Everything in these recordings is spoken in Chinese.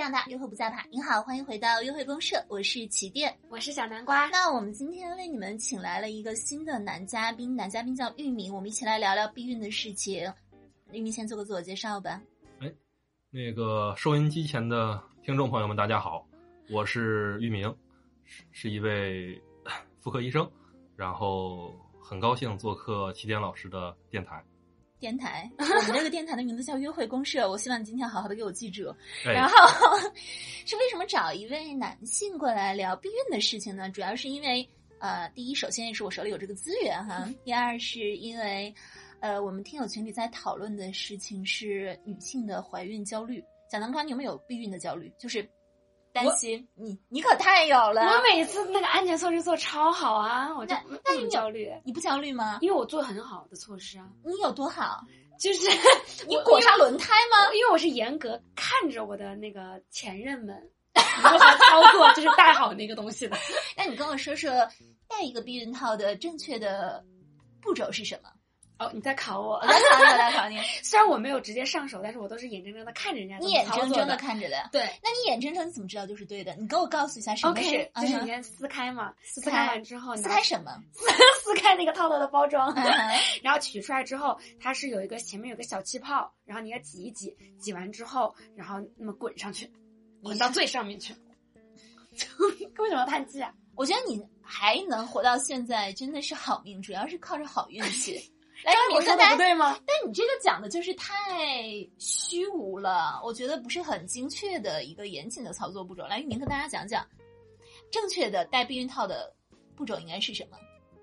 长大，约会不再怕。您好，欢迎回到约会公社，我是起点。我是小南瓜。那我们今天为你们请来了一个新的男嘉宾，男嘉宾叫玉明，我们一起来聊聊避孕的事情。玉明先做个自我介绍吧。那个收音机前的听众朋友们，大家好，我是玉明，是是一位妇科医生，然后很高兴做客起点老师的电台。电台，我们这个电台的名字叫约会公社，我希望你今天好好的给我记住。然哎，后是为什么找一位男性过来聊避孕的事情呢？主要是因为呃，第一，首先是我手里有这个资源嗯哈；第二，是因为呃，我们听友群里在讨论的事情是女性的怀孕焦虑。小南瓜，你有没有避孕的焦虑？就是担心你，你可太有了。我每次那个安全措施做超好啊，我就那不那你不有焦虑，你不焦虑吗？因为我做很好的措施啊，你有多好？就是你我裹上轮胎吗？我因为我是严格看着我的那个前任们如何操作，就是带好那个东西的。那你跟我说说，戴一个避孕套的正确的步骤是什么？哦，你在考我我。来考你，我来 考你。虽然我没有直接上手，但是我都是眼睁睁的看着人家怎你么眼操睁作睁的的。看着的，对那你眼睁睁你怎么知道就是对的？你给我告诉一下什么是，OK，就是嗯你先撕开嘛，撕开开完之后，哼你撕拿开什 么？撕开那个套套的包 装，嗯哼然后取出来之后，它是有一个前面有个小气泡，然后你要挤一挤，挤完之后，然后那么滚上去，滚到最上 面去。为什么要叹气啊？我觉得你还能活到现在真的是好命，主要是靠着好运 气。来刚，刚我我跟大说的家不对吗？但你这个讲的就是太虚无了，我觉得不是很精确的一个严谨的操作步骤。来，您跟大家讲讲正确的戴避孕套的步骤应该是什么？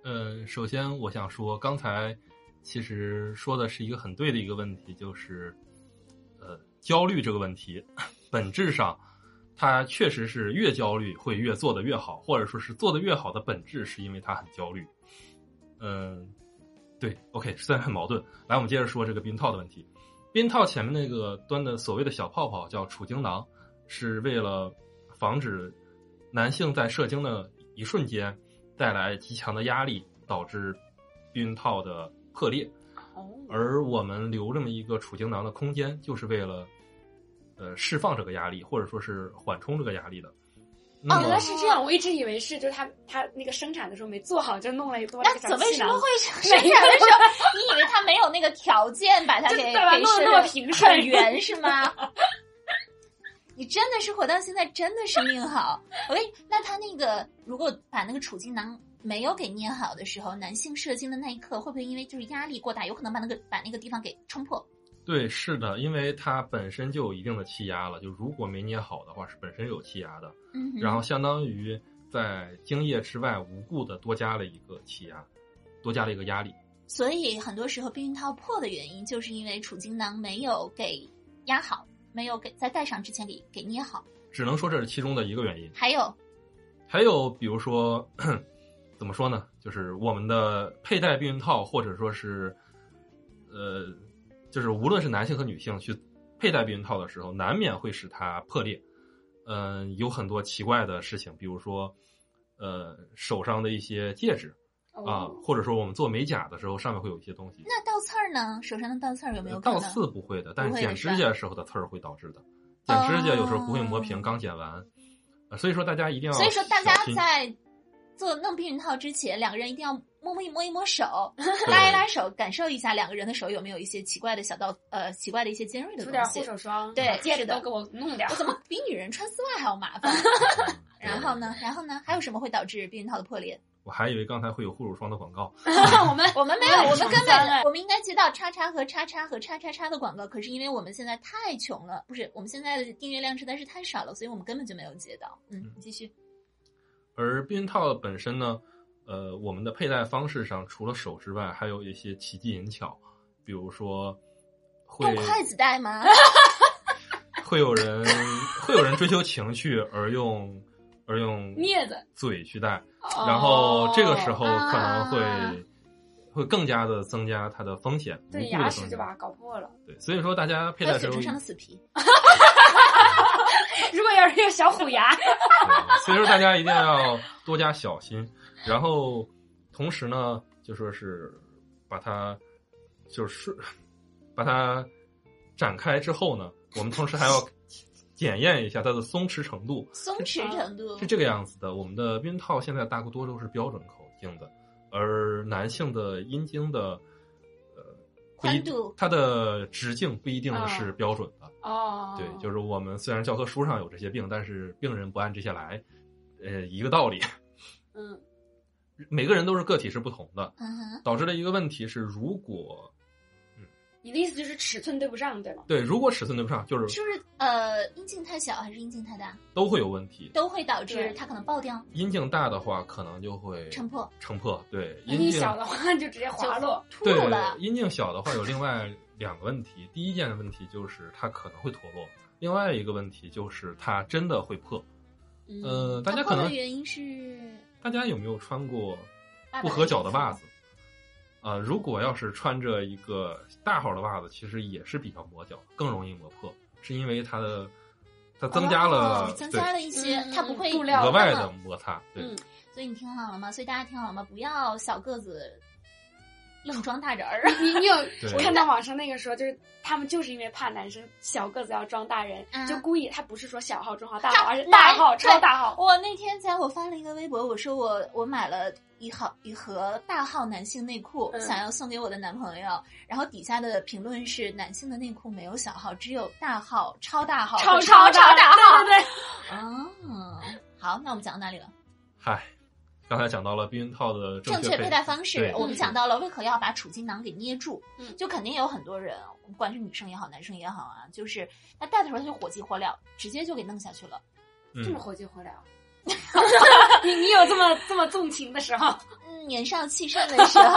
呃，首先我想说，刚才其实说的是一个很对的一个问题，就是呃，焦虑这个问题，本质上它确实是越焦虑会越做得越好，或者说是做得越好的本质是因为它很焦虑。嗯、对，OK，虽然很矛盾。来，我们接着说这个避孕套的问题。避孕套前面那个端的所谓的小泡泡叫储精囊，是为了防止男性在射精的一瞬间带来极强的压力，导致避孕套的破裂。哦，而我们留这么一个储精囊的空间，就是为了呃释放这个压力，或者说是缓冲这个压力的。那哦原么来是这样，我一直以为是就是他他那个生产的时候没做好，就弄了一多了那一个怎么小为气什囊么。会生 产的时候，你以为他没有那个条件把它就给对吧给弄得射那么得平顺很 圆是吗？你真的是活到现在，真的是命好。我跟你，那他那个如果把那个储精囊没有给捏好的时候，男性射精的那一刻，会不会因为就是压力过大，有可能把那个把那个地方给冲破？对，是的，因为它本身就有一定的气压了，就如果没捏好的话，是本身有气压的。嗯哼，然后相当于在精液之外无故的多加了一个气压，多加了一个压力。所以很多时候避孕套破的原因，就是因为储精囊没有给压好，没有给在戴上之前给给捏好。只能说这是其中的一个原因。还有，还有比如说， 怎么说呢？就是我们的佩戴避孕套，或者说是，呃，就是无论是男性和女性去佩戴避孕套的时候，难免会使它破裂。嗯、有很多奇怪的事情，比如说，呃，手上的一些戒指啊、哦或者说我们做美甲的时候，上面会有一些东西。那倒刺儿呢？手上的倒刺儿有没有可倒能？刺不会的，但不是会的剪是指吧甲的时候的刺儿会导致的。剪指甲有时候不会磨平，哦刚剪完，呃所以说大家一定要所以说大家小心在做弄避孕套之前，两个人一定要摸摸一摸一摸手，对拉一拉手，感受一下两个人的手有没有一些奇怪的小道呃奇怪的一些尖锐的东涂点护西。手霜，对戒是指的都给我弄点我。怎么比女人穿丝袜还要麻 烦？ 然后？对呢？然后呢？还有什么会导致避孕套的破裂？我还以为刚才会有护手霜的广告，我们我们没有，我们根我们很穷本我们应该接到叉叉和叉叉和叉叉叉的广告，可是因为我们现在太穷了，不是我们现在的订阅量实在是太少了，所以我们根本就没有接到。嗯，你继续。而避孕套本身呢，呃，我们的佩戴方式上除了手之外，还有一些奇技淫巧，比如说会用筷子戴吗？ 会有人会有人追求情趣而用而用镊子，嘴去戴，哦 然后这个时候可能会、啊会更加的增加它的风险，无对故牙的齿增就加把它搞破了。 对，所以说大家佩还有 戴嘴时候唇，上的死皮。如果要是有小虎牙，对 所以说大家一定要多加小心，然后同时呢，就说是把它就是把它展开之后呢，我们同时还要。检验一下它的松弛程度，松弛程度是这个样子的。我们的避孕套现在大多都是标准口径的，而男性的阴茎的呃不一宽度嗯它的直径不一定是啊标准的。哦，对，就是我们虽然教科书上有这些病，但是病人不按这些来，呃，一个道理。嗯每个人都是个体是不同的，嗯哼，导致了一个问题是，如果你的意思就是尺寸对不上，对吗？对如果尺寸对不上，就是是不是呃阴茎太小还是阴茎太大，都会有问题。都会导致对它可能爆掉、阴茎大的话，可能就会撑破、哎撑破。对，那阴你茎啊小的话就直接滑落，秃对噜了。阴茎小的话，有另外两个问题。第一件问题就是它可能会脱落，另外一个问题就是它真的会破。嗯呃，大它家破可的能原因是大家有没有穿过爸爸不合脚的袜子，子？呃，如果要是穿着一个大号的袜子，其实也是比较磨脚，更容易磨破，是因为它的它增加了、哦增对加了一些，嗯它不会布料额外那的么。摩擦。对，嗯所以你听好了吗？所以大家听好了吗？不要小个子愣装大人儿。 你你有对我看到网上那个说，就是他们就是因为怕男生小个子要装大人，嗯就故意他不是说小号装好大号，他而是大号男超大号。我那天在我发了一个微博，我说我我买了一号一盒大号男性内裤，嗯想要送给我的男朋友。然后底下的评论是：男性的内裤没有小号，只有大号、超大号、超超超大号，号。对对哦， 好，那我们讲到哪里了？嗨，刚才讲到了避孕套的正确确佩戴方对式，我们讲到了为何要把储精囊给捏住，嗯就肯定有很多人，不管是女生也好，男生也好啊，就是他戴的时候他就火急火燎，直接就给弄下去了。对，这么嗯，火急火燎。 你你有这么这么纵情的时候？嗯，年少气盛的时 候，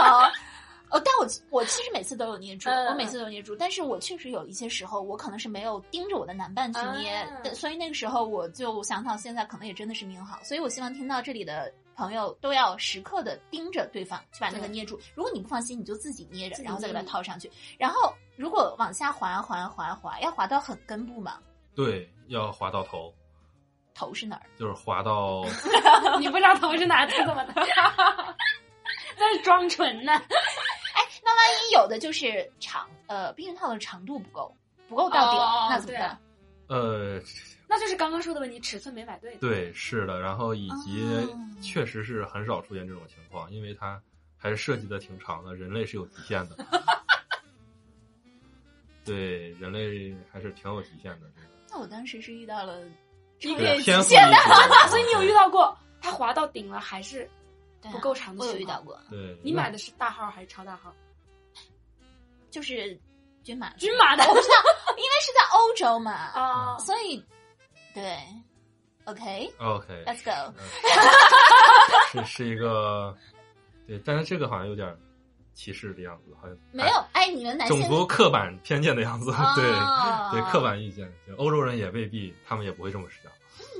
哦，但我我其实每次都有捏住，嗯我每次都有捏住，但是我确实有一些时候，我可能是没有盯着我的男伴去捏，啊但所以那个时候我就想到现在可能也真的是命好，所以我希望听到这里的。朋友都要时刻的盯着对方去把那个对捏住。如果你不放心，你就自己捏着，自己然后再给它捏套上去。然后如果往下滑滑滑滑，要滑到很根部嘛，对，要滑到头，头是哪儿？就是 滑到你不知道头是哪头怎么的？ 那是装纯呢。那万一有的就是长呃避孕套的长度不够，不够到顶，哦那怎么对办？呃，那就是刚刚说的问题，尺寸没买对。对，是的，然后以及哦确实是很少出现这种情况，因为它还是设计的挺长的，人类是有极限的。对，人类还是挺有极限的，这那我当时是遇到了超一个越对极天赋限异的，禀。 所以你有遇到过它滑到顶了还是对啊不够长的我有情遇况到过，对？对，你买的的是大号还是超大号？就是均码的，均码的我不知道，哦因为是在欧洲嘛， 啊所以对，OK，Let's、 go，OK，是是一个对，但是这个好像有点歧视的样子，好像没有，哎，你们男性种族刻板偏见的样子，对哦对，刻板意见，就欧洲人也未必，他们也不会这么想。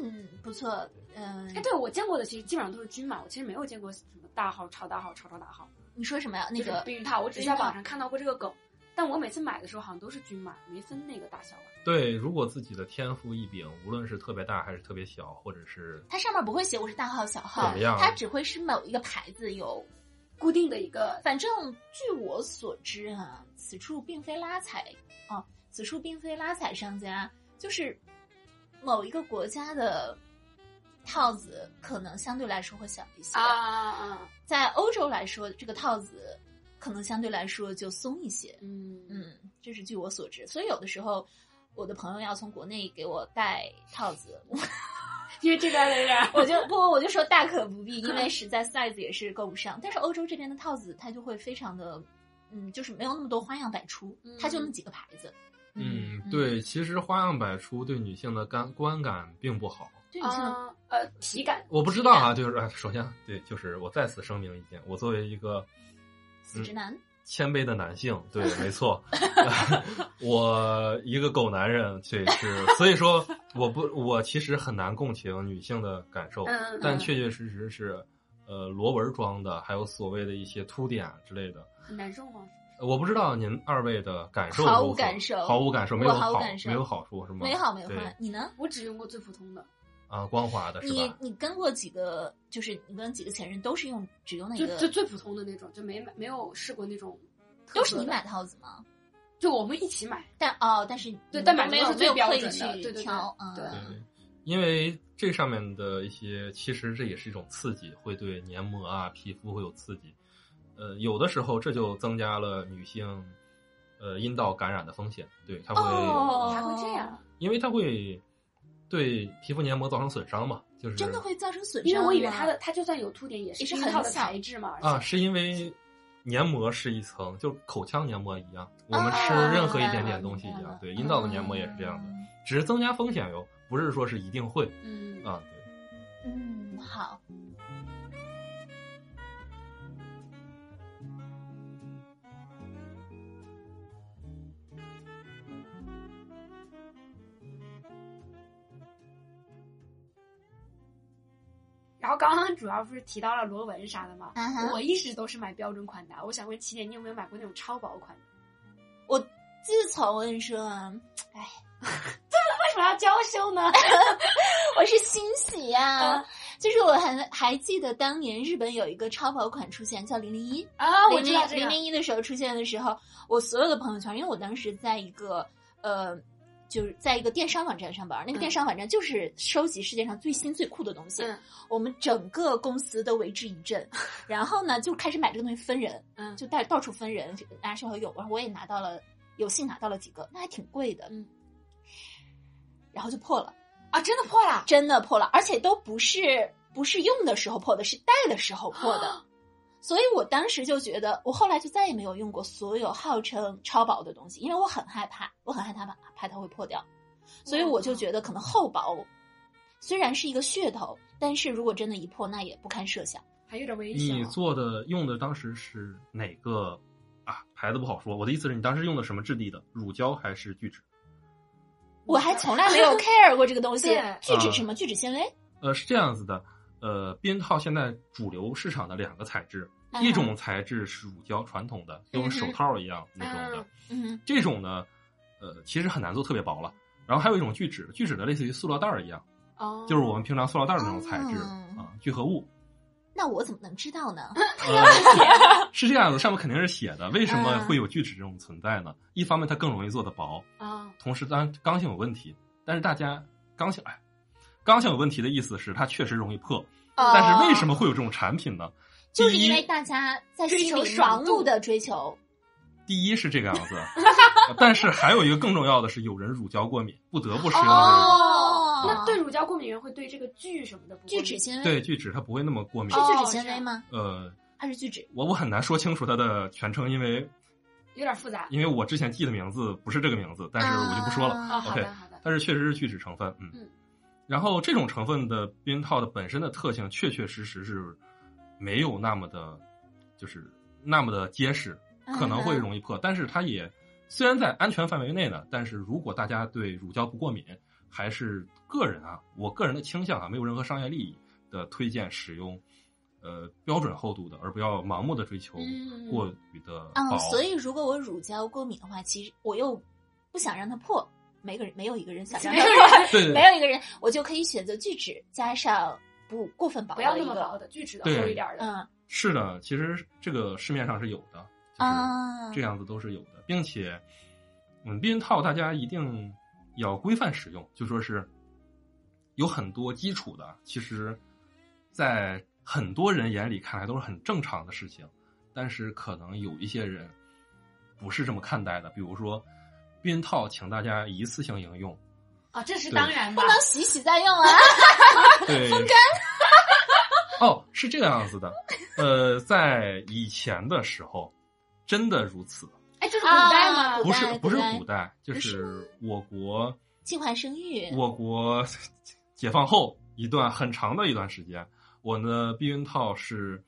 嗯，不错，嗯、哎，对我见过的其实基本上都是均码，我其实没有见过什么大号、超大号、超超大号你说什么呀？那就是个避孕套，我只是避孕套在网上看到过这个梗，但我每次买的时候好像都是均码，没分那个大小吧。对，如果自己的天赋异禀，无论是特别大还是特别小，或者是它上面不会写我是大号小号怎么样，它只会是某一个牌子有。固定的一个，反正据我所知啊，此处并非拉踩哦，此处并非拉踩商家，就是某一个国家的套子可能相对来说会小一些啊啊啊，在欧洲来说，这个套子可能相对来说就松一些。嗯嗯，嗯，这是据我所知，所以有的时候。我的朋友要从国内给我带套子，因为这呃边的 人，我就不，我就说大可不必，因为实在 size 也是够不上。但是欧洲这边的套子，它就会非常的，嗯，就是没有那么多花样百出，它嗯就那么几个牌子。嗯，，对，其实花样百出对女性的感观感并不好。对女性的啊呃体感我不知道啊，就是哎，首先对，就是我再次声明一点，我作为一个死直男，谦卑的男性，对，没 错， 我一个狗男人，对是，所以说我不，我其实很难共情女性的感受，嗯嗯但嗯确确实实是，呃，螺纹状的，还有所谓的一些凸点啊之类的，很难受吗？我不知道您二位的感受如何，毫无感受毫无感受，我没有毫无好感，受没有好处是吗？没好没嗯对坏，你呢？我只用过最普通的，啊，光滑的是你吧？你跟过几个，就是你跟几个前任都是用只用那就个，就最普通的那种，就没买没有试过那种特都是色你的买套子吗？就我们一起买，但哦，但是对你但都买没这个有是最没有标刻意准的去对对对挑，对嗯，对，因为这上面的一些，其实这也是一种刺激，会对黏膜啊、皮肤会有刺激。呃，有的时候这就增加了女性呃阴道感染的风险，对，它会，哦还会这样。因为它会对皮肤黏膜造成损伤嘛，就是真的会造成损伤因吗。为我以为它的它就算有凸点，也是也是一很套的小材质嘛。啊，而且是因为黏膜是一层，就是口腔黏膜一样，我们啊吃哦任何一点点东西一明白样了，对，阴道的黏膜也是这样的，只是增加风险哟，不是说是一定会嗯啊，对。嗯，好。然后刚刚主要不是提到了螺纹啥的嘛，啊哈我一直都是买标准款的。我想问起点，你有没有买过那种超薄款的？自从我跟你说啊， 为什么要娇羞呢？我是欣喜呀、就是我还还记得当年日本有一个超薄款出现，叫零零一。啊，我零知零道这零个。零一的时候出现的时候，我所有的朋友圈，因为我当时在一个呃，就是在一个电商网站上班，那个嗯电商网站就是收集世界上最新最酷的东西，嗯我们整个公司都为之一振。然后呢，就开始买这个东西分人，嗯就到到处分人，拿手有，然后我也拿到了，有幸拿到了几个，那还挺贵的，嗯，然后就破了。啊，真的破了。真的破了，而且都不是不是用的时候破的，是戴的时候破啊的。 所以我当时就觉得，我后来就再也没有用过所有号称超薄的东西，因为我很害怕，我很害怕怕怕它会破掉，所以我嗯就觉得可能厚薄虽然是一个噱头，但是如果真的一破，那也不堪设想。还有点危险你哦。做的用的当时是哪个啊？牌子不好说。我的意思是你当时用的什么质地的？乳胶还是聚酯？我还从来没 有 care 过这个东西对，聚嗯酯什么聚酯纤维，呃，是这样子的，呃，避孕套现在主流市场的两个材质，嗯哼一种材质是乳胶传统的，跟我们手套一样那种的，嗯这种呢，呃，其实很难做特别薄了。然后还有一种聚酯，聚酯呢类似于塑料袋儿一样，哦，就是我们平常塑料袋儿那种材质哦啊，聚合物。那我怎么能知道呢？ 呃，是这样子，上面肯定是写的。为什么嗯会有聚酯这种存在呢？一方面它更容易做的薄，啊，同时当然刚性有问题，但是大家刚性哎，刚性有问题的意思是它确实容易破，哦但是为什么？么会有这种产品呢？就是因第一为大家在追心求里爽盲度目的追求，第一是这个样子，呃但是还有一个更重要的是，有人乳胶过敏，不得不使用这个。哦哦，那对乳胶过敏源会对这个聚什么的不过聚敏酯纤维对聚酯，它不会那么过敏是。啊聚哦酯纤维吗？呃，还是聚酯？我我很难说清楚它的全称，因为有点复杂因为我之前记的名字不是这个名字，但是我就不说了。啊。啊好 OK 的好的，但是确实是聚酯成分，嗯。嗯然后这种成分的避孕套的本身的特性，确确实实是没有那么的，就是那么的结实，嗯嗯可能会容易破。但是它也虽然在安全范围内呢，但是如果大家对乳胶不过敏，还是个人啊，我个人的倾向啊，没有任何商业利益的推荐使用，呃，标准厚度的，而不要盲目的追求嗯过于的薄。嗯，所以如果我乳胶过敏的话，其实我又不想让它破，没个人没有一个人想让它 破，对对没有一个人，我就可以选择聚酯加上不过分薄不的要那一么个薄，的，聚酯的对厚一点的。嗯是的，其实这个市面上是有的，就是啊，这样子都是有的，并且，嗯，避孕套大家一定要规范使用，就说是有很多基础的，其实，在很多人眼里看来都是很正常的事情，但是可能有一些人不是这么看待的，比如说避孕套，请大家一次性应用，啊，这是对当然吧不。能洗洗再用 啊， 对，风干。哦，是这个样子的。呃，在以前的时候，真的如此，哎，这是古代啊吗？不是古代不是古代古代，就不是是我国计划生育，我国解放后一段很长的一段时间，我呢避孕套是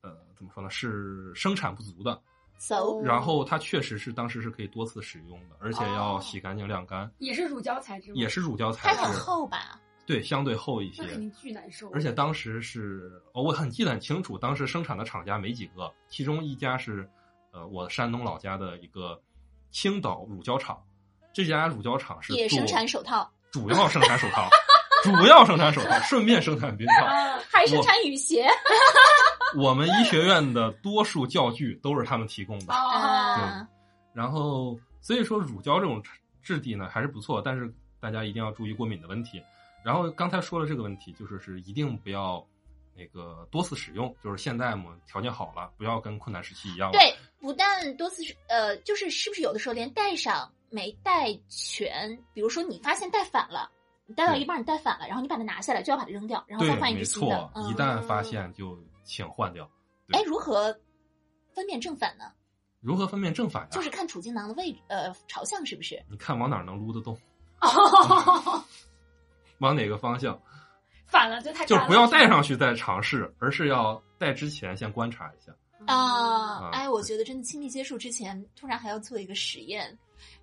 呃怎么说呢，是生产不足的，走然后它确实是当时是可以多次使用的，而且要洗干净晾干，也是乳胶材质吗？也是乳胶材哦它很质，厚吧？对，相对厚一些，那肯定巨难受。而且当时是，哦，我很记得很清楚，当时生产的厂家没几个，其中一家是，呃，我山东老家的一个青岛乳胶厂，这家乳胶厂是也做生产手套，主要生产手套，主要生产手套，顺便生产避孕套。啊，还生产雨鞋，我们医学院的多数教具都是他们提供的。哦，嗯啊，然后所以说乳胶这种质地呢还是不错，但是大家一定要注意过敏的问题。然后刚才说了这个问题，就是是一定不要那个多次使用，就是现在嘛条件好了，不要跟困难时期一样了。对，不但多次是呃，就是是不是有的时候连戴上没戴全，比如说你发现戴反了，你戴到一半你戴反了，然后你把它拿下来就要把它扔掉，然后对，再换一没只新错的。，嗯一旦发现就请换掉。对哎，如何分辨正反呢？啊如何分辨正反呀、就是看储金囊的位置，呃，朝向是不是？你看往哪儿能撸得动，哦，往哪个方向， 反了，就太啊就是不要戴带上去再尝试，而是要戴之前先观察一下。啊、啊哎，我觉得真的亲密接触之前，突然还要做一个实验，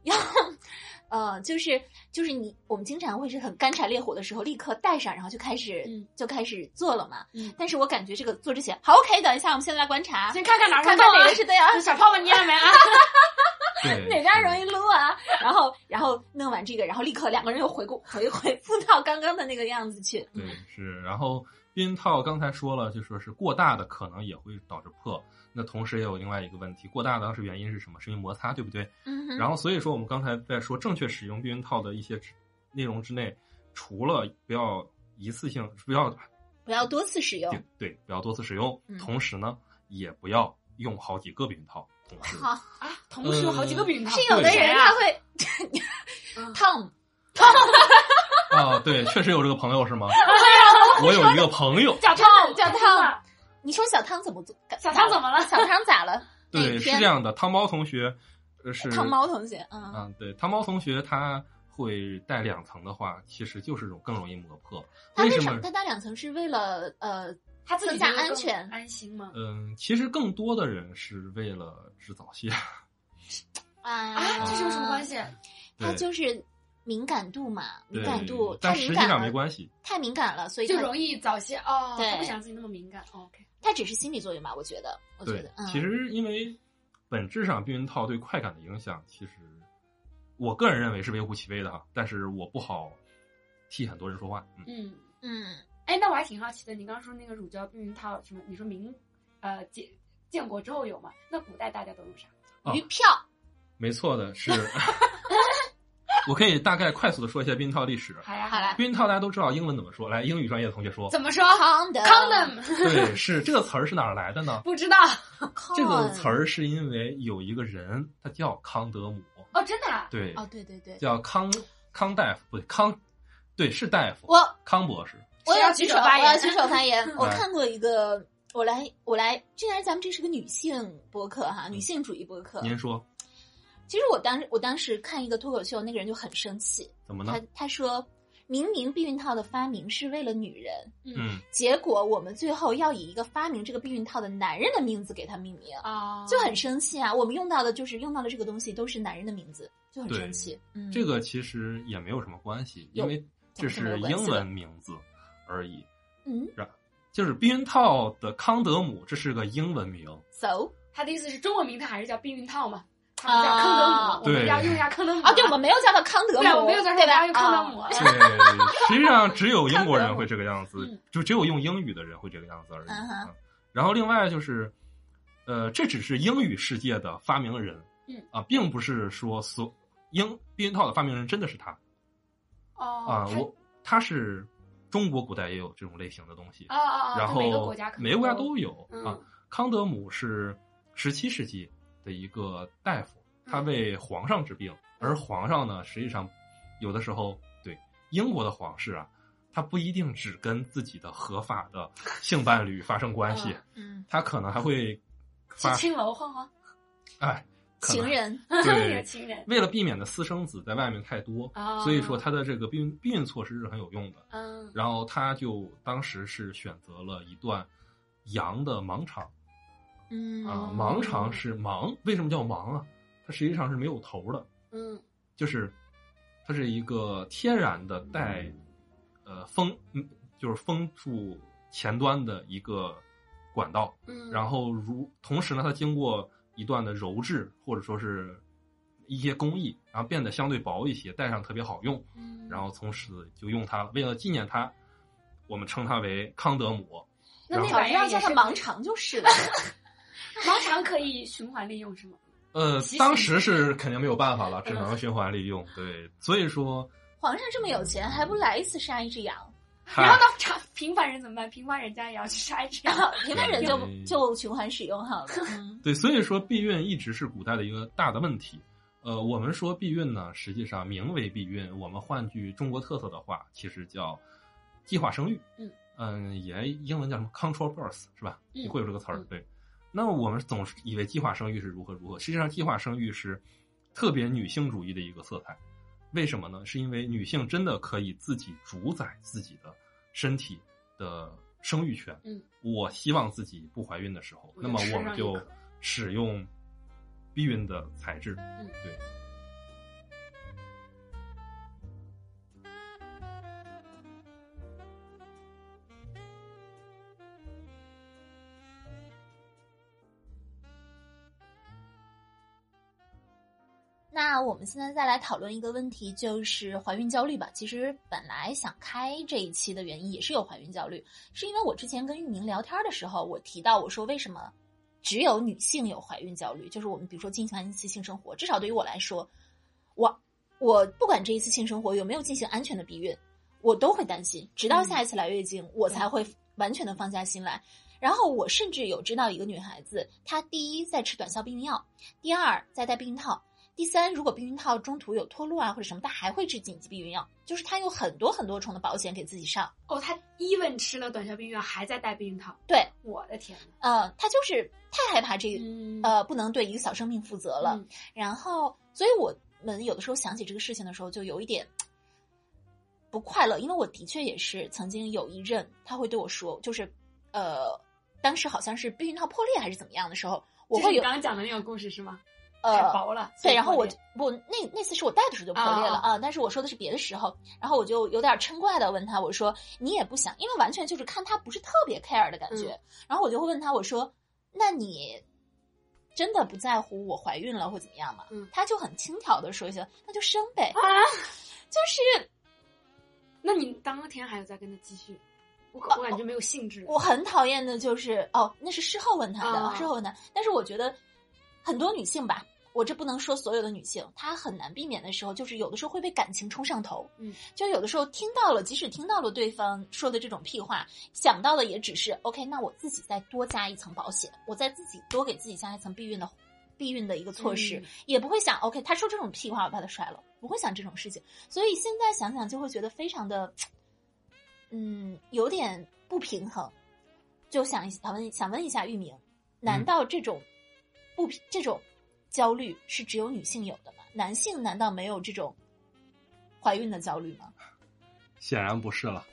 要， 呃，就是就是你，我们经常会是很干柴烈火的时候，立刻戴上，然后就开始、嗯就开始做了嘛。嗯但是我感觉这个做之前，好，OK，等一下，我们现在来观察，先看看哪儿看看能动哪啊个，是对啊，小泡泡捏了没啊？对， 哪边容易？易撸啊，然后然后弄完这个，然后立刻两个人又回顾回回复到刚刚的那个样子去。嗯对，是。然后避孕套刚才说了，就说是过大的可能也会导致破。那同时也有另外一个问题，过大的当时原因是什么？是因为摩擦，对不对？嗯哼，然后所以说我们刚才在说正确使用避孕套的一些之内容之内，除了不要一次性，不要不要多次使用对。对，不要多次使用，嗯同时呢，也不要用好几个避孕套。同时，好，啊，同时有好几个避孕套，是有的对人啊啊他会 嗯 Tom 啊，对，确实有这个朋 友是吗？啊我有一个朋友，小烫烫脚小烫烫，你说小汤怎么做？小烫怎么了？小汤咋 了？那对，是天这样的，汤猫同学呃是汤猫同学，嗯，啊，对，汤猫同学他会带两层的话，其实就是容更容易磨破。啊他为什什么么？他戴两层是为了呃他自己增加觉得安更全安心吗？嗯，其实更多的人是为了治早泄，啊啊，这是有什么关系？系？对他就是敏感度嘛，敏对感度，太但敏实际感上没了，关系。太敏感了，所以就他容易早泄哦，对他不想自己那么敏感。OK，哦他只是心理作用吧？我觉得， 我觉对得，，嗯，其实因为本质上避孕套对快感的影响，其实我个人认为是微乎其微的哈，但是我不好替很多人说话。嗯，嗯，嗯，哎，那我还挺好奇的，你刚刚说那个乳胶避孕套什么？你说明呃建建国之后有吗？那古代大家都用啥？啊鱼票没错的是， 我可以大概快速的说一下避孕套历史。好呀好啦避孕套大家都知道英文怎么说，来英语专业的同学说，怎么说 condom ？condom 对，是这个词儿是哪儿来的呢？不知道这个词儿是因为有一个人，他叫康德姆，哦，真的啊对，哦，对对对，叫康康大夫，不对，康，对，是大夫，我康博士。我谁要要举举手，手发我要言举手 发言。我嗯看过一个，我来，我来，既然咱们这是个女性播客哈，女性主义播客。嗯您说其实我当时，我当时看一个脱口秀，那个人就很生气，怎么呢嗯他？他说，明明避孕套的发明是为了女人，嗯，结果我们最后要以一个发明这个避孕套的男人的名字给他命名，啊，就很生气啊！我们用到的就是用到的这个东西都是男人的名字，就很对生气。嗯，这个其实也没有什么关系，有因为这是英文名字而已。嗯就是避孕套的康德姆，这是个英文名。 ，so 他的意思是中文名它还是叫避孕套嘛？它不叫康德啊姆，我们对要用一下康德姆啊，对，我们没有叫他康德姆，嗯对啊我没有在说对我们吧？要用康德啊姆，对，实际上只有英国人会这个样子嗯，就只有用英语的人会这个样子而已。嗯哼嗯然后另外就是，呃，这只是英语世界的发明人，嗯啊，并不是说所英避孕套的发明人真的是他啊哦，，它我他是中国古代也有这种类型的东西，啊啊啊，然就后每个国家可能每个国家都有、嗯啊。康德姆是十七世纪的一个大夫，他嗯为皇上治病，而皇上呢，实际上有的时候对英国的皇室啊，他不一定只跟自己的合法的性伴侣发生关系，嗯，他可能还会去发青楼 晃晃，哎可能情人。那个对。情人为了避免的私生子在外面太多，啊，所以说他的这个避孕避孕措施是很有用的。嗯 然后他就当时是选择了一段羊的盲肠嗯啊，哦盲肠是盲，为什么叫盲啊？它实际上是没有头的，嗯就是它是一个天然的带嗯呃封，嗯就是封住前端的一个管道。嗯，然后如同时呢，它经过一段的鞣制或者说是一些工艺，然后变得相对薄一些，戴上特别好用。嗯然后从此就用它了。为了纪念它，我们称它为康德姆。那然那后早玩知意儿道也叫是它盲肠就是了。盲肠可以循环利用是吗？呃其，实当时是肯定没有办法了，只能循环利用。对，所以说， 皇上这么有钱，还不来一次杀一只 羊？然后嗨呢，查平凡人怎么办？ 平凡人家也要去杀一只 羊。平凡人就不对就循环使用好了。嗯对，所以说避孕一直是古代的一个大的问题。呃，我们说避孕呢，实际上名为避孕，我们换句中国特色的话，其实叫计划生育。嗯嗯，也英文叫什么 control birth 是吧？嗯你会有这个词儿嗯对。那我们总是以为计划生育是如何如何，实际上计划生育是特别女性主义的一个色彩。为什么呢？是因为女性真的可以自己主宰自己的身体的生育权。嗯，我希望自己不怀孕的时候，我就那么吃我上们一就颗使用避孕的材质。嗯对。那我们现在再来讨论一个问题，就是怀孕焦虑吧。其实本来想开这一期的原因也是有怀孕焦虑，是因为我之前跟玉宁聊天的时候，我提到我说为什么只有女性有怀孕焦虑，就是我们比如说进行完一次性生活，至少对于我来说，我我不管这一次性生活有没有进行安全的避孕，我都会担心，直到下一次来月经，我才会完全的放下心来。然后我甚至有知道一个女孩子，她第一在吃短效避孕药，第二在戴避孕套，第三，如果避孕套中途有脱落啊或者什么，她还会吃紧急避孕药，就是她有很多很多重的保险给自己上。哦，他 even 吃了短效避孕药，还在戴避孕套。对，我的天呐！呃，她就是太害怕这个，嗯呃，不能对一个小生命负责了。嗯然后，所以我们有的时候想起这个事情的时候，就有一点不快乐，因为我的确也是曾经有一任他会对我说，就是呃，当时好像是避孕套破裂还是怎么样的时候，我就是会你有刚刚讲的那个故事是吗？太呃。薄了。所对，以然后破我裂就我那那次是我戴的时候就破裂了啊啊，但是我说的是别的时候，然后我就有点嗔怪的问他，我说你也不想，因为完全就是看他不是特别 care 的感觉，嗯然后我就会问他，我说那你真的不在乎我怀孕了或怎么样吗？嗯他就很轻佻的说一些，那就生呗，啊，就是那你当天还有在跟他继续？我我感觉没有兴致。呃我很讨厌的就是哦，那是事后问他的，啊事后问他。但是我觉得很多女性吧，我这不能说所有的女性，她很难避免的时候，就是有的时候会被感情冲上头。嗯，就有的时候听到了，即使听到了对方说的这种屁话，想到的也只是 OK，那我自己再多加一层保险，我再自己多给自己加一层避孕的避孕的一个措施，嗯也不会想 OK，他说这种屁话，我把他甩了，不会想这种事情。所以现在想想就会觉得非常的，嗯，有点不平衡。就想一想问想问一下玉明，难道这种不平这种焦虑是只有女性有的吗？男性难道没有这种怀孕的焦虑吗？显然不是了。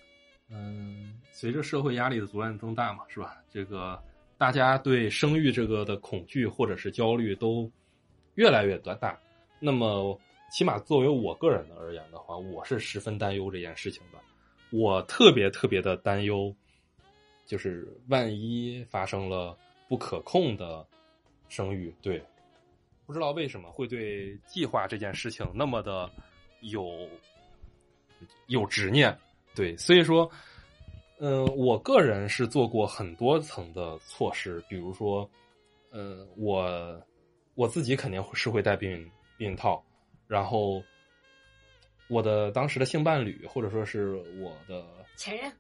嗯，随着社会压力的逐渐增大嘛，是吧？这个大家对生育这个的恐惧或者是焦虑都越来越大。那么，起码作为我个人的而言的话，我是十分担忧这件事情的。我特别特别的担忧，就是万一发生了不可控的生育，对，不知道为什么会对计划这件事情那么的有有执念。对，所以说，嗯、我个人是做过很多层的措施，比如说，呃，我我自己肯定是会戴避孕避孕套，然后我的当时的性伴侣或者说是我的前任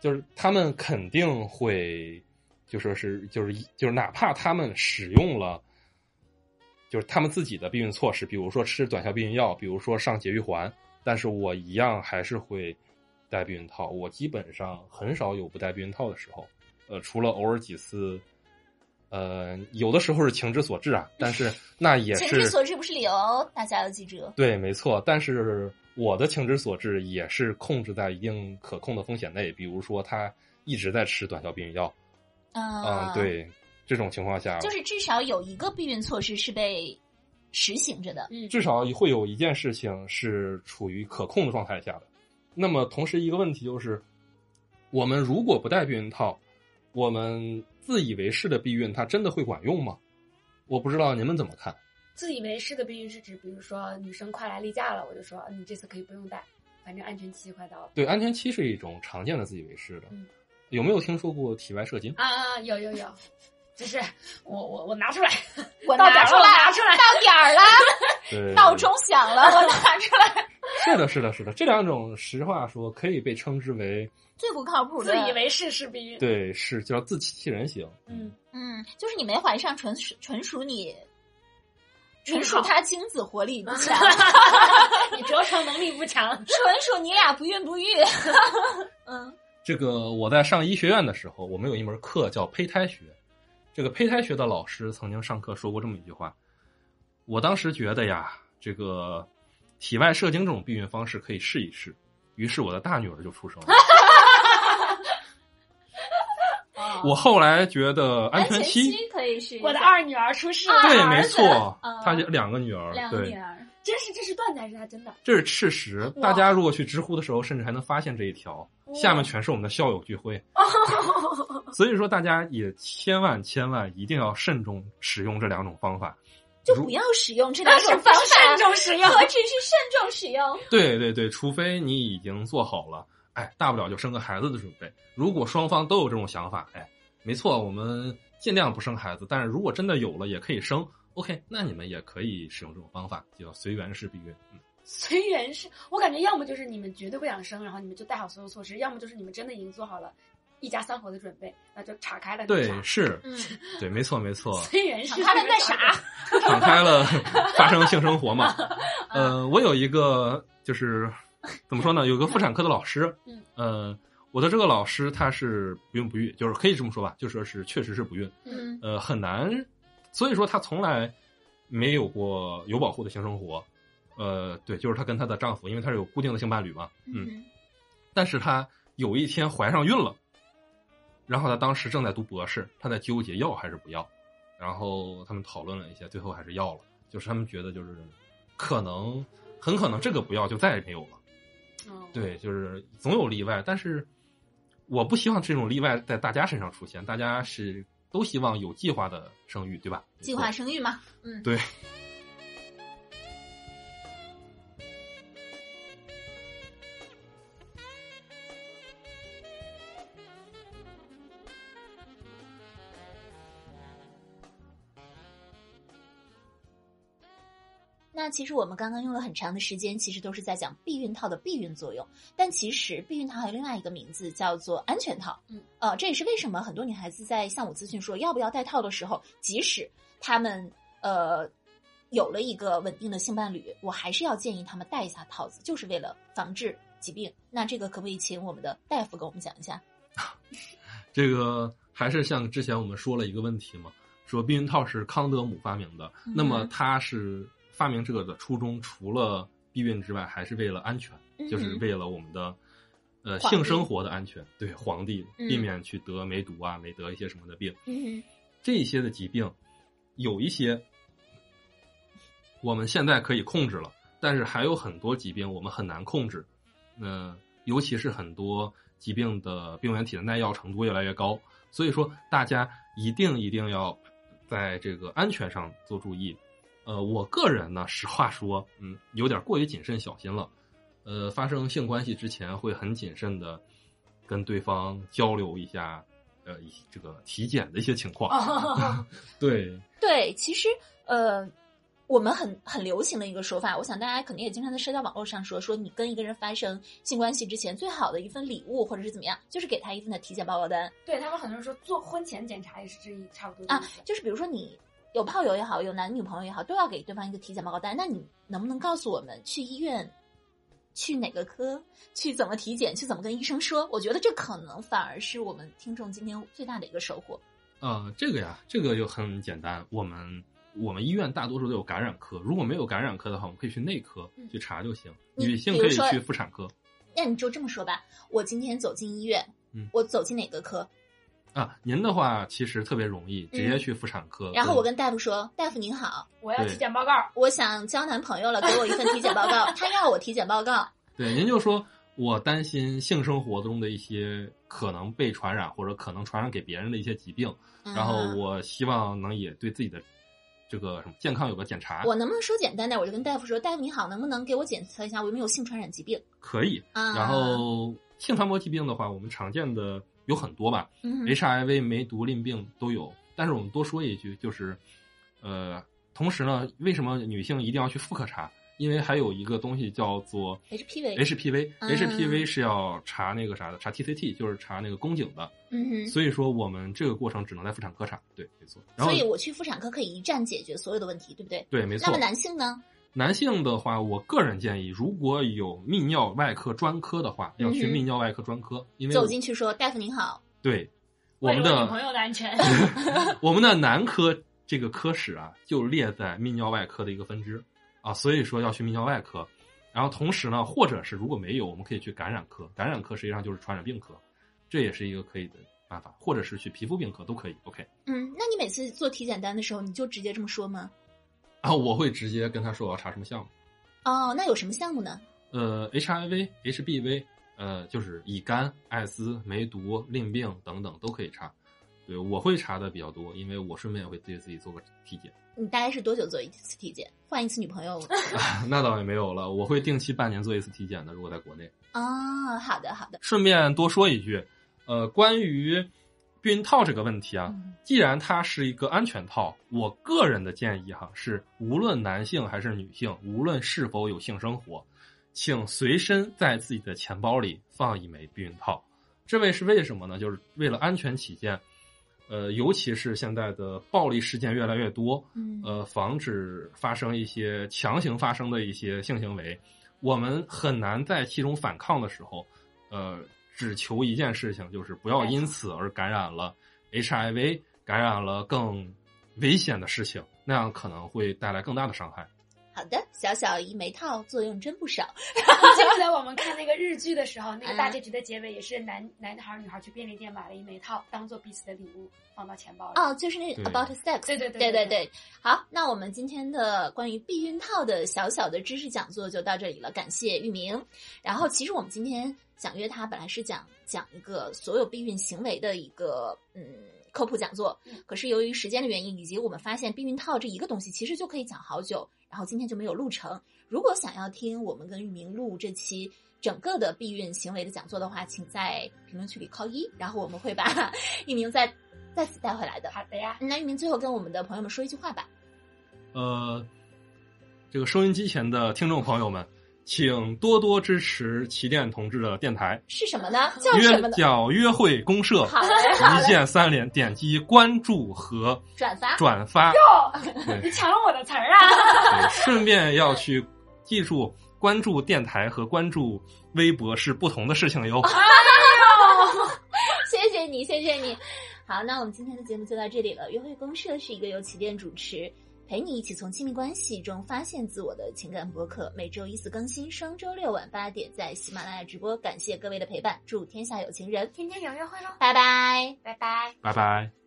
就是他们肯定会就说是就是就是哪怕他们使用了。就是他们自己的避孕措施，比如说吃短效避孕药，比如说上节育环，但是我一样还是会戴避孕套。我基本上很少有不戴避孕套的时候，呃，除了偶尔几次，呃，有的时候是情之所至啊，但是那也是情之所至不是理由哦，大家要记住。对，没错。但是我的情之所至也是控制在一定可控的风险内，比如说他一直在吃短效避孕药，啊、嗯，，对，这种情况下，就是至少有一个避孕措施是被实行着的。至少会有一件事情是处于可控的状态下的。那么，同时一个问题就是，我们如果不戴避孕套，我们自以为是的避孕，它真的会管用吗？我不知道你们怎么看。自以为是的避孕是指，比如说女生快来例假了，我就说啊你这次可以不用戴，反正安全期快到了。对，安全期是一种常见的自以为是的嗯，有没有听说过体外射精？啊 啊啊，有有有，就是我我我拿出来，我到点拿儿出了，我来，拿出来。到点儿了，对闹钟响 了，我拿出来。是的，是的，是的，这两种实话说可以被称之为最不靠谱的， 自以为是是避孕。对是叫自欺欺人型。嗯，嗯，就是你没怀上，纯属纯属你，纯属好他精子活力不 强，你着床能力不 强，纯属你俩不孕不育。嗯这个我在上医学院的时候，我们有一门课叫胚胎学。这个胚胎学的老师曾经上课说过这么一句话，我当时觉得呀，这个体外射精这种避孕方式可以试一试。于是我的大女儿就出 生了。我后来觉得 安全期，可以是啊我的二女儿出世了，对，儿没子错啊，她两个女儿，两个对女，儿，真是这是段子还是他啊真的？这是事实。哇大家如果去知乎的时候，甚至还能发现这一条。哇哦下面全是我们的校友聚会， 所以说大家也千万千万一定要慎重使用这两种方法。就如不要使用这两那是种不方慎法，嗯重 使用。何止是慎重使用，对对对，除非你已经做好了，哎，大不了就生个孩子的准备。如果双方都有这种想法，哎，没错，我们尽量不生孩子，但是如果真的有了，也可以生。OK，那你们也可以使用这种方法，叫随缘式避孕。嗯随缘是，我感觉要么就是你们绝对不想生，然后你们就带好所有措施；要么就是你们真的已经做好了一家三口的准备，那就岔开了那对，啥。是，嗯，对，没错，没错。随缘是敞开了那啥，敞开了发生性生活嘛。呃，我有一个就是怎么说呢，有个妇产科的老师，嗯，呃，我的这个老师他是不孕不育，就是可以这么说吧，就说是确实是不孕，嗯呃，很难，所以说她从来没有过有保护的性生活。呃，对，就是她跟她的丈夫，因为她是有固定的性伴侣嘛，嗯，嗯，但是她有一天怀上孕了，然后她当时正在读博士，她在纠结要还是不要，然后他们讨论了一下，最后还是要了，就是他们觉得就是可能很可能这个不要就再也没有了， 嗯，对，就是总有例外，但是我不希望这种例外在大家身上出现，大家是都希望有计划的生育，对吧？计划生育嘛，嗯，对。那其实我们刚刚用了很长的时间，其实都是在讲避孕套的避孕作用，但其实避孕套还有另外一个名字叫做安全套。嗯，呃，这也是为什么很多女孩子在向我咨询说要不要戴套的时候，即使她们呃有了一个稳定的性伴侣，我还是要建议她们戴一下套子，就是为了防治疾病。那这个可不可以请我们的大夫给我们讲一下？这个还是像之前我们说了一个问题嘛，说避孕套是康德姆发明的，嗯那么他是发明这个的初衷，除了避孕之外，还是为了安全，就是嗯为了我们的呃皇帝性生活的安全，对皇帝嗯避免去得梅毒啊、梅得一些什么的病，嗯这些的疾病有一些我们现在可以控制了，但是还有很多疾病我们很难控制。呃，尤其是很多疾病的病原体的耐药程度越来越高，所以说大家一定一定要在这个安全上做注意。呃，我个人呢，实话说，嗯，有点过于谨慎小心了。呃，发生性关系之前会很谨慎的跟对方交流一下，呃，一这个体检的一些情况。哦， 对，嗯 对，其实呃，我们很很流行的一个说法，我想大家肯定也经常在社交网络上说，说你跟一个人发生性关系之前，最好的一份礼物或者是怎么样，就是给他一份的体检报告单对他们很多人说做婚前检查也是这一差不多的啊意思，就是比如说你。有炮友也好，有男女朋友也好，都要给对方一个体检报告单。那你能不能告诉我们，去医院，去哪个科，去怎么体检，去怎么跟医生说？我觉得这可能反而是我们听众今天最大的一个收获。呃，这个呀，这个就很简单。我们我们医院大多数都有感染科，如果没有感染科的话，我们可以去内科嗯去查就行。你女性比可如以说去妇产科那你就这么说吧，我今天走进医院，嗯我走进哪个科，啊。您的话其实特别容易，直接去妇产科。嗯然后我跟大夫说：“大夫您好，我要对体检报告，我想交男朋友了，给我一份体检报告。”他要我体检报告，嗯对您就说，我担心性生活中的一些可能被传染或者可能传染给别人的一些疾病，嗯然后我希望能也对自己的这个什么健康有个检查。我能不能说简单点？我就跟大夫说：“大夫您好，能不能给我检测一下我有没有性传染疾病可以。啊？”然后性传播疾病的话，我们常见的有很多吧，嗯 HIV、梅毒、淋病都有。但是我们多说一句，就是，呃，同时呢，为什么女性一定要去妇科查？因为还有一个东西叫做 HPV HPV，HPV、嗯 HPV 是要查那个啥的，查 TCT，就是查那个宫颈的。嗯哼，所以说我们这个过程只能在妇产科查，对，没错。然后所以我去妇产科可以一站解决所有的问题，对不对？对，没那错么。男性呢？男性的话，我个人建议，如果有泌尿外科专科的话，要去嗯哼泌尿外科专科，因为走我进去说：“大夫您好。对我为们了女朋的友的安 全，我们的男科这个科室啊，就列在泌尿外科的一个分支啊，所以说要去泌尿外科。然后同时呢，或者是如果没有，我们可以去感染科，感染科实际上就是传染病科，这也是一个可以的办法，或者是去皮肤病科都可以。OK，” 嗯，那你每次做体检单的时候，你就直接这么说吗？然后啊我会直接跟他说我要查什么项目。哦，那有什么项目呢？呃，HIV、HBV，呃，就是乙肝、艾滋、梅毒、淋病等等都可以查。对，我会查的比较多，因为我顺便也会对自己做个体检。你大概是多久做一次体检？换一次女朋 友那倒也没有了，我会定期半年做一次体检的。如果在国内，啊、好的，好的。顺便多说一句，呃，关于避孕套这个问题啊，嗯既然它是一个安全套，我个人的建议哈是，无论男性还是女性，无论是否有性生活，请随身在自己的钱包里放一枚避孕套。这位是为什么呢？就是为了安全起见，呃，尤其是现在的暴力事件越来越多，嗯呃，防止发生一些强行发生的一些性行为，我们很难在其中反抗的时候，呃，只求一件事情，就是不要因此而感染了 HIV，感染了更危险的事情，那样可能会带来更大的伤害。好的，小小一枚套作用真不少。 记不记得我们看那个日剧的时候，那个大嗯结局的结尾也是男男孩儿女孩儿去便利店买了一枚套，当做彼此的礼物放到钱包里。哦，就是那个对 about sex，对对对对对对好，那我们今天的关于避孕套的小小的知识讲座就到这里了，感谢玉明。然后，其实我们今天想约他，本来是讲讲一个所有避孕行为的一个嗯科普讲座嗯，可是由于时间的原因，以及我们发现避孕套这一个东西其实就可以讲好久，然后今天就没有录成。如果想要听我们跟玉明录这期整个的避孕行为的讲座的话，请在评论区里扣一，然后我们会把 玉明再再次带回来的。好的呀，那玉明最后跟我们的朋友们说一句话吧。呃，这个收音机前的听众朋友们，请多多支持齐电同志的电台，是什么呢？叫什么约呢？叫嗯约会公社。好嘞，好一嘞，键三连，点击关注和转发。转发。哟， 你抢了我的词儿啊！对，顺便要去记住关注电台和关注微博是不同的事情哟。哦 谢谢你，谢谢你。好，那我们今天的节目就到这里了。约会公社是一个由起点主持，陪你一起从亲密关系中发现自我的情感博客，每周一次更新，双周六晚八点在喜马拉雅直播。感谢各位的陪伴，祝天下有情人，今天有约会喽，拜拜。拜拜。拜拜。